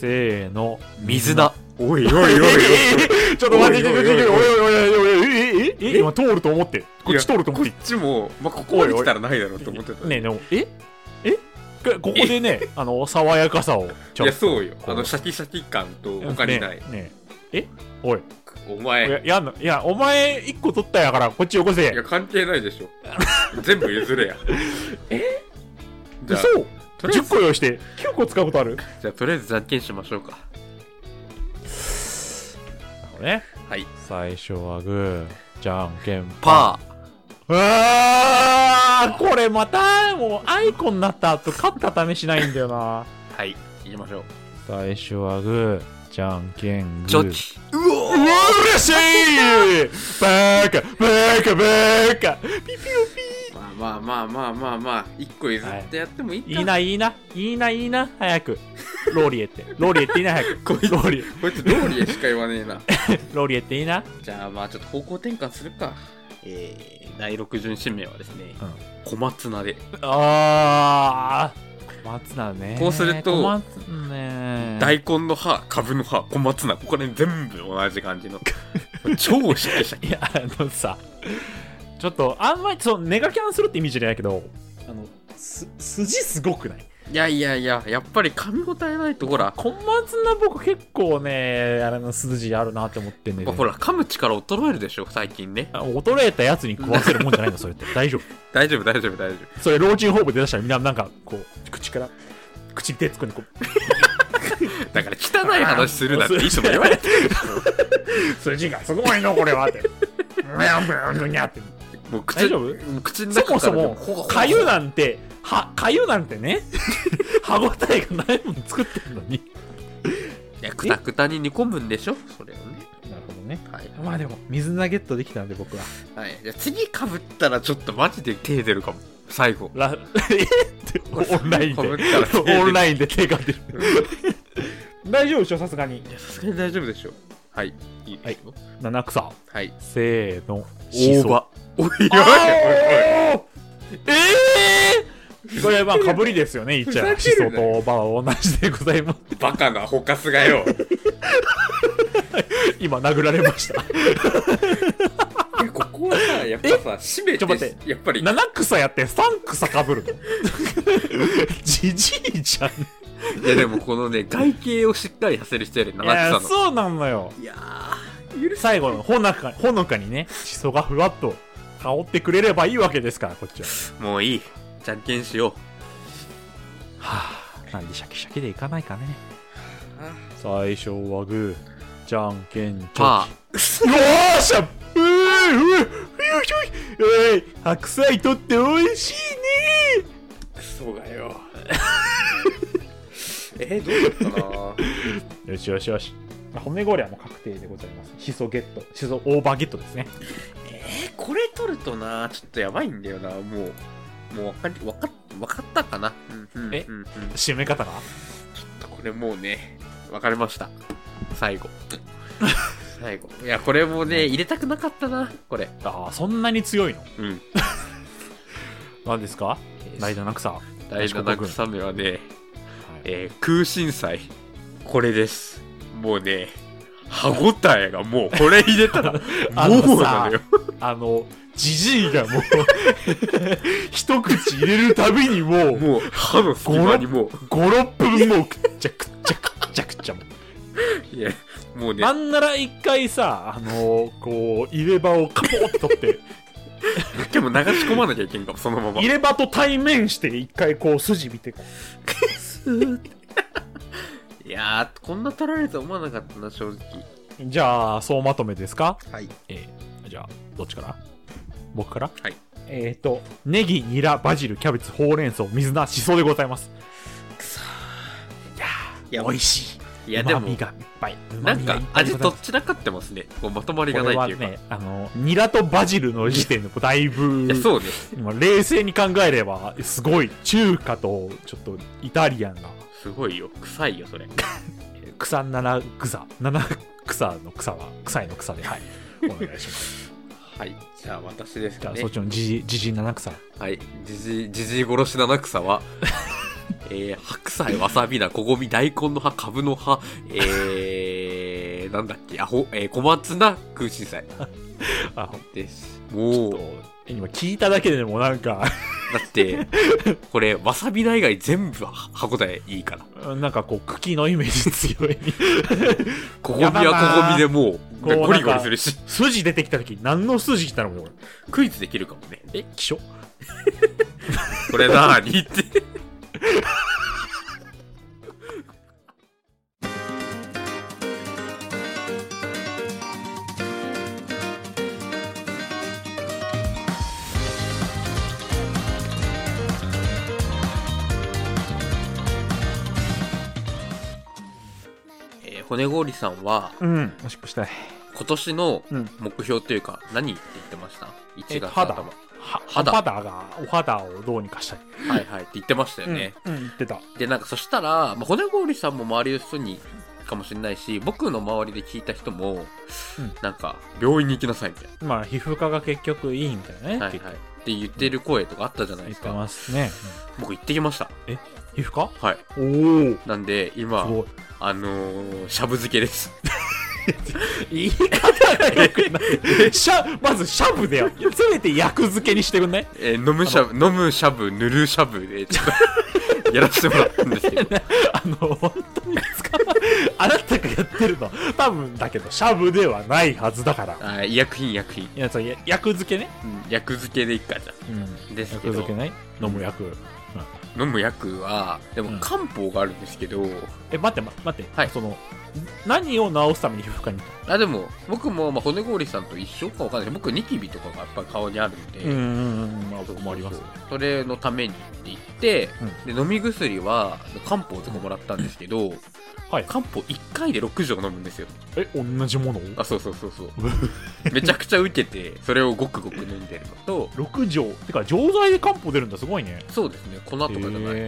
[SPEAKER 2] せーの
[SPEAKER 1] 水菜。おいおいお
[SPEAKER 2] おいお いおい
[SPEAKER 1] い。
[SPEAKER 2] おいちょっと待ってちょっと待ってちょっと待っておいおいおいおいおいおいおいえええ今通ると思ってこっち通ると思っ
[SPEAKER 1] こ
[SPEAKER 2] て
[SPEAKER 1] っちも、まあ、ここまで来たらないだろうと思ってた。
[SPEAKER 2] ねえでもええこここでねあの爽やかさをち
[SPEAKER 1] い
[SPEAKER 2] ょ
[SPEAKER 1] や、
[SPEAKER 2] っと
[SPEAKER 1] そうよ。
[SPEAKER 2] こう
[SPEAKER 1] あの、シャキシャキ感と他にない。
[SPEAKER 2] ねえねええおい
[SPEAKER 1] おお前。
[SPEAKER 2] いや、やんの、いや、お前一個取ったやから、こっちよこせ
[SPEAKER 1] いや、。関係ないでしょ。全部譲れや。えじゃあ、
[SPEAKER 2] そう
[SPEAKER 1] とりあえず
[SPEAKER 2] ?10 個用意して、9個使うことある
[SPEAKER 1] じゃあとりあえずじゃんけんしましょうか。
[SPEAKER 2] ね。
[SPEAKER 1] はい。
[SPEAKER 2] 最初はグー、じゃんけん
[SPEAKER 1] パ
[SPEAKER 2] ー。うわーこれまた、もうアイコになった後、勝ったためしないんだよな。
[SPEAKER 1] ー。はい。行きましょう。
[SPEAKER 2] 最初はグー、じゃんけんグー。
[SPEAKER 1] チョキ。うお
[SPEAKER 2] うわ嬉しいバカバカバカピピュ
[SPEAKER 1] まあまあまあまあまあまあ、一個譲ってやってもいいか、
[SPEAKER 2] いいな、いいな、いいな、いいな、早く。ローリエって。ローリエっていいな、早く。
[SPEAKER 1] こいつ
[SPEAKER 2] ローリエ、
[SPEAKER 1] こいつ道理へしか言わねえな。
[SPEAKER 2] ローリエっていいな。
[SPEAKER 1] じゃあまあちょっと方向転換するか。えー、第6巡指名はですね、
[SPEAKER 2] うん
[SPEAKER 1] 小松菜で。
[SPEAKER 2] あー、小松菜ね。
[SPEAKER 1] こうすると
[SPEAKER 2] 小松菜ね。
[SPEAKER 1] 大根の葉、株の葉、小松菜、ここら辺全部同じ感じの。 超シャキシャキ。
[SPEAKER 2] いや、あのさ、ちょっと、あんまり、そう、ネガキャンするって意味じゃないけど、あの、す、筋すごくない
[SPEAKER 1] いやいやいや、やっぱり噛み応えないとほら、
[SPEAKER 2] 小松菜僕結構ね、あれの筋あるなって思ってんだ
[SPEAKER 1] やっ
[SPEAKER 2] よ
[SPEAKER 1] ぱ
[SPEAKER 2] ね
[SPEAKER 1] ほら、噛む力衰えるでしょ、最近ね。
[SPEAKER 2] あ衰えたやつに食わせるもんじゃないの、それって。大丈夫。
[SPEAKER 1] 大丈夫、大丈夫、大丈夫。
[SPEAKER 2] それ、老人ホームで出したらみんななんか、こう、口から、口に手つくんで、こう、
[SPEAKER 1] だから汚い話するなっていつも言われてるでし
[SPEAKER 2] 筋がすごいの、これは って。うやむやむにゃって。
[SPEAKER 1] ょ。もう口、
[SPEAKER 2] 大丈夫
[SPEAKER 1] もう口の
[SPEAKER 2] そ
[SPEAKER 1] 中
[SPEAKER 2] も
[SPEAKER 1] か
[SPEAKER 2] そ
[SPEAKER 1] らで
[SPEAKER 2] も
[SPEAKER 1] もほがほ、が
[SPEAKER 2] かゆなんて、は、かゆなんてね、 歯応えがないもん作ってるのに。
[SPEAKER 1] いや、くたくたに煮込むんでしょ、それをね。
[SPEAKER 2] なるほどね。
[SPEAKER 1] はい。
[SPEAKER 2] まあでも、水菜ゲットできたんで僕は。
[SPEAKER 1] はい、じゃあ次かぶったらちょっとマジで手出るかも。最後。
[SPEAKER 2] ラえって、オンライン
[SPEAKER 1] かぶったら手出
[SPEAKER 2] で。
[SPEAKER 1] る
[SPEAKER 2] オンラインで手が出る。大丈夫でしょ、さすがに。
[SPEAKER 1] いや、さすがに大丈夫でしょ。はい。いいですよ。
[SPEAKER 2] 七草。
[SPEAKER 1] はい。
[SPEAKER 2] せーの。
[SPEAKER 1] 大葉。おいおいおいお
[SPEAKER 2] あ
[SPEAKER 1] い。
[SPEAKER 2] ーええー、これまあかぶりですよね、言っちゃ。
[SPEAKER 1] ふざ
[SPEAKER 2] し
[SPEAKER 1] け
[SPEAKER 2] そ
[SPEAKER 1] るな
[SPEAKER 2] と大葉は同じでございます。
[SPEAKER 1] バカなほかすが よ。
[SPEAKER 2] 今殴られました。
[SPEAKER 1] いやここはさ、やっぱさ、締め、
[SPEAKER 2] ちょっと待って
[SPEAKER 1] やっぱり、
[SPEAKER 2] 七草やって三草かぶるの。じじいじゃん。
[SPEAKER 1] いやでもこの ね、外形をしっかりさせる人やで、
[SPEAKER 2] いや
[SPEAKER 1] 七草の。
[SPEAKER 2] そうなのよ。
[SPEAKER 1] いやー、許せ
[SPEAKER 2] 最後のほのかほのかにねしそがふわっと香ってくれればいいわけですからこっちは
[SPEAKER 1] もういい。じゃんけんしよ
[SPEAKER 2] はあなんでシャキシャキでいかないかね
[SPEAKER 1] う。
[SPEAKER 2] 最初はグーじゃんけんチョ
[SPEAKER 1] パ
[SPEAKER 2] キよーしゃうーうーうーひょいえい白菜とっておいしいね
[SPEAKER 1] ー。クソが よ。えー、どうだったか
[SPEAKER 2] よしよしよし骨氷はもう確定でございますしそゲットしそオーバーゲットですね
[SPEAKER 1] なえー、これ取るとな、ちょっとやばいんだよな、もう。もうわかり、わかっ、わかったかな。うん、うん、
[SPEAKER 2] え
[SPEAKER 1] うん、うん。
[SPEAKER 2] 締め方が
[SPEAKER 1] これもうね、わかれました。最 後。最後。いや、これもね、入れたくなかったな、これ。
[SPEAKER 2] ああそんなに強いの
[SPEAKER 1] うん。
[SPEAKER 2] 何ですか大七草は
[SPEAKER 1] 第7草目はね、
[SPEAKER 2] い
[SPEAKER 1] えー空心菜これですもうね歯ごたえがもうこれ入れ たらも
[SPEAKER 2] あの
[SPEAKER 1] うなのよ
[SPEAKER 2] あの、じじいが もう、一口入れるたびにもう、
[SPEAKER 1] もう歯の隙間にも
[SPEAKER 2] 5、6分もうくっちゃくっちゃくっちゃくっちゃもう。
[SPEAKER 1] ういやもうね
[SPEAKER 2] あんなら一回さ、あの、こう、入れ歯をカポッと取 って、
[SPEAKER 1] でも流し込まなきゃいけんかもそのまま
[SPEAKER 2] 入れ歯と対面して一回こう筋見てこ
[SPEAKER 1] いやーこんな取られると思わなかったな正直
[SPEAKER 2] う。じゃあ、そうまとめですか
[SPEAKER 1] はい
[SPEAKER 2] えーじゃあ、どっちから僕から
[SPEAKER 1] はい
[SPEAKER 2] えっ、ー、と、ネギ、ニラ、バジル、キャベツ、ほうれん草、水菜、しそでございます。
[SPEAKER 1] くそ
[SPEAKER 2] い
[SPEAKER 1] いや
[SPEAKER 2] 美味しい。
[SPEAKER 1] いやでも
[SPEAKER 2] 旨味がいっぱい。
[SPEAKER 1] な
[SPEAKER 2] 旨
[SPEAKER 1] ん
[SPEAKER 2] 味がい
[SPEAKER 1] か
[SPEAKER 2] っぱい
[SPEAKER 1] 味
[SPEAKER 2] ございます
[SPEAKER 1] とっちらかってますねこうまとまり
[SPEAKER 2] こ
[SPEAKER 1] がな
[SPEAKER 2] れ
[SPEAKER 1] いっ
[SPEAKER 2] は
[SPEAKER 1] ていうか、
[SPEAKER 2] ね、あの、ニラとバジルの時点でもだいぶ
[SPEAKER 1] いや、そうね
[SPEAKER 2] まあ冷静に考えれば、すごい、中華と、ちょっと、イタリアンが、
[SPEAKER 1] すごいよ臭いよそれ
[SPEAKER 2] えー草七草、七草の草は、臭いの草で、はい。お願いします。
[SPEAKER 1] はいじゃあ私です
[SPEAKER 2] じ
[SPEAKER 1] か
[SPEAKER 2] ゃあ、
[SPEAKER 1] ね
[SPEAKER 2] そっちのじじ、じじ七草。
[SPEAKER 1] はい、じじ、じじい殺し七草は、 えー、白菜、わさび菜、こごみ、大根の葉、かぶの葉、えー、なんだっけ、あほ、えー、小松菜、空心菜
[SPEAKER 2] あ、ほん
[SPEAKER 1] です。
[SPEAKER 2] と
[SPEAKER 1] もう、、
[SPEAKER 2] 今聞いただけでもなんか、
[SPEAKER 1] だって、これ、わさび菜以外全部は歯応えいいから。
[SPEAKER 2] なんかこう、茎のイメージ強い。
[SPEAKER 1] こごみはこごみでもう、
[SPEAKER 2] こう
[SPEAKER 1] ゴリゴリするし。
[SPEAKER 2] 筋出てきた時何の筋来たのこれ
[SPEAKER 1] クイズできるかもね。
[SPEAKER 2] え気象
[SPEAKER 1] これなーにって。えー骨氷さんは
[SPEAKER 2] うんおしっこしたい
[SPEAKER 1] 今年の
[SPEAKER 2] うん
[SPEAKER 1] 目標というか何って言ってました
[SPEAKER 2] え
[SPEAKER 1] ?1
[SPEAKER 2] っと
[SPEAKER 1] 月
[SPEAKER 2] 肌
[SPEAKER 1] 頭
[SPEAKER 2] は。肌
[SPEAKER 1] 肌
[SPEAKER 2] がお肌をどうにかしたい
[SPEAKER 1] はいはいって言ってましたよね。
[SPEAKER 2] うん、うん言ってた
[SPEAKER 1] で、なんかそしたら、まあ、骨氷さんも周りの人にかもしれないし、僕の周りで聞いた人も、
[SPEAKER 2] うん
[SPEAKER 1] なんか、病院に行きなさいみたい
[SPEAKER 2] まあ皮膚科が結局いいみたいなね、
[SPEAKER 1] な。はい
[SPEAKER 2] 結
[SPEAKER 1] はい。
[SPEAKER 2] 局
[SPEAKER 1] って言ってる声とかあったじゃないで
[SPEAKER 2] 言っ
[SPEAKER 1] す
[SPEAKER 2] て
[SPEAKER 1] か。
[SPEAKER 2] ますね、
[SPEAKER 1] 僕行ってきました。
[SPEAKER 2] うん皮膚科
[SPEAKER 1] はい。
[SPEAKER 2] おお
[SPEAKER 1] なんで、今、
[SPEAKER 2] すご
[SPEAKER 1] あのー、しゃぶ漬けです。
[SPEAKER 2] い言い方がよく ないしゃまずシャブだよせめて薬漬けにしてくんない
[SPEAKER 1] えー飲むしゃぶ、飲むしゃぶ、塗るしゃぶで、ちょっ とやらせてもらったんですけど。
[SPEAKER 2] あの、本当に使わあなたがやってるの、多分だけど、シャブではないはずだから。
[SPEAKER 1] あー医薬品、医薬品。
[SPEAKER 2] いや、そう、や薬漬けね。
[SPEAKER 1] うん薬漬けでいっか、じゃ
[SPEAKER 2] うん
[SPEAKER 1] です
[SPEAKER 2] 薬
[SPEAKER 1] けど
[SPEAKER 2] 漬けね。飲む薬。
[SPEAKER 1] あ飲む薬は、で
[SPEAKER 2] うん
[SPEAKER 1] も漢方があるんですけど、
[SPEAKER 2] え、待って、ま待って。
[SPEAKER 1] はい
[SPEAKER 2] その、何を治すために皮膚科に行っ
[SPEAKER 1] あでも僕も、まあ、骨氷さんと一緒かわかんないけど僕ニキビとかがやっぱり顔にあるんで、
[SPEAKER 2] たんうん、ま
[SPEAKER 1] そ
[SPEAKER 2] あ
[SPEAKER 1] うそう
[SPEAKER 2] 僕もあります。
[SPEAKER 1] それのためにって言って、で飲み薬は漢方とかもらったんですけど、
[SPEAKER 2] はい
[SPEAKER 1] 漢方1回で6錠飲むんですよ
[SPEAKER 2] え、同じもの
[SPEAKER 1] あそうそうそうそう めちゃくちゃ受けてそれをごくごく飲んでるのと
[SPEAKER 2] ?6 錠。てか、錠剤で漢方出るんだ、すごいね。
[SPEAKER 1] そうですね粉とかじゃない、
[SPEAKER 2] へ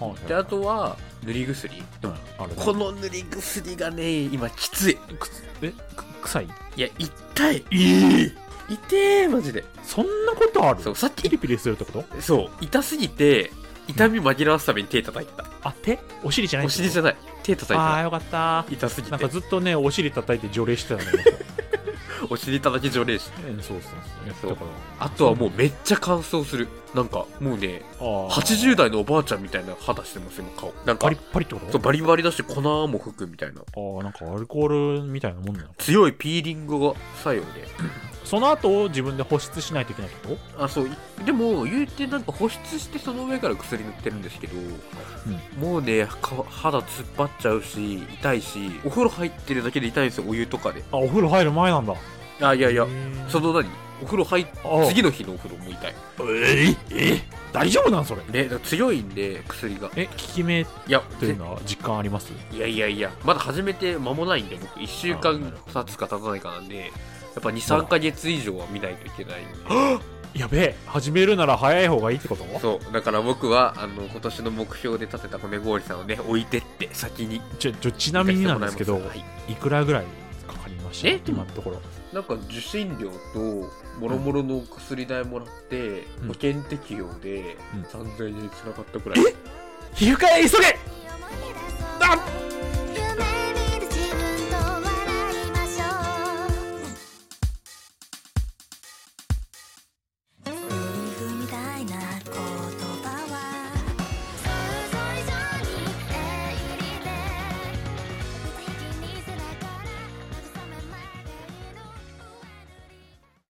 [SPEAKER 2] ーはい
[SPEAKER 1] であとは塗り薬
[SPEAKER 2] うんあれ
[SPEAKER 1] この塗り薬がね今きつい
[SPEAKER 2] くつえく臭い
[SPEAKER 1] いや痛いいい痛えマジで
[SPEAKER 2] そんなことある
[SPEAKER 1] そうさっき
[SPEAKER 2] ピリピリするってこと
[SPEAKER 1] そう痛すぎて痛み紛らわすために手叩いた、
[SPEAKER 2] あ手お尻じゃない
[SPEAKER 1] お尻じ
[SPEAKER 2] ゃ
[SPEAKER 1] ゃない手叩い
[SPEAKER 2] ああー
[SPEAKER 1] た
[SPEAKER 2] よかった
[SPEAKER 1] 痛すぎ
[SPEAKER 2] なんか
[SPEAKER 1] て
[SPEAKER 2] ずっとね、お尻叩い て除霊してたのよ。
[SPEAKER 1] お尻叩き条例し
[SPEAKER 2] うんそうそう
[SPEAKER 1] そう
[SPEAKER 2] だから
[SPEAKER 1] あとはもうめっちゃ乾燥するなんかもうね
[SPEAKER 2] あー
[SPEAKER 1] 80代のおばあちゃんみたいな肌してますよ顔なん
[SPEAKER 2] バ
[SPEAKER 1] か
[SPEAKER 2] リッバリってこと
[SPEAKER 1] そうバリバリだして粉も吹くみたいな
[SPEAKER 2] ああ、なんかアルコールみたいなもんなの。
[SPEAKER 1] 強いピーリングが作用で
[SPEAKER 2] その後を自分で保湿しないといけないってこ
[SPEAKER 1] あそういでも言うてなんか保湿してその上から薬塗ってるんですけど、もうねか肌突っ張っちゃうし痛いしお風呂入ってるだけで痛いんですよお湯とかで
[SPEAKER 2] とあ、お風呂入る前なんだ。い
[SPEAKER 1] あいやいや、そ
[SPEAKER 2] そ
[SPEAKER 1] の何お風呂入っ
[SPEAKER 2] ああ
[SPEAKER 1] 次の日のお風呂も痛い
[SPEAKER 2] えええ大丈夫なんそれ。
[SPEAKER 1] ねだから強いんで薬が
[SPEAKER 2] え、効き目っ
[SPEAKER 1] いや
[SPEAKER 2] ていう
[SPEAKER 1] ぜ
[SPEAKER 2] のは実感あります
[SPEAKER 1] いやいやいやまだ始めて間もないんで僕1週
[SPEAKER 2] あなる
[SPEAKER 1] 間
[SPEAKER 2] ほど
[SPEAKER 1] 経つか経たないかなんでやっぱ23ヶ月以上は見ないといけないんで
[SPEAKER 2] やべえ、始めるなら早い方がいいってこと
[SPEAKER 1] そうだから僕はあの今年の目標で立てた骨氷さんをね置いてって先に
[SPEAKER 2] ちょ、ちょ、ちなみになんですけど
[SPEAKER 1] 行か、せてもらいます
[SPEAKER 2] いくらぐらいかかりました
[SPEAKER 1] え
[SPEAKER 2] 今のところ。
[SPEAKER 1] はいなんか受信料ともろもろの薬代もらって、
[SPEAKER 2] うん
[SPEAKER 1] 保険適用で
[SPEAKER 2] うん
[SPEAKER 1] 3000円つながったくらい、
[SPEAKER 2] 皮膚科へ急げ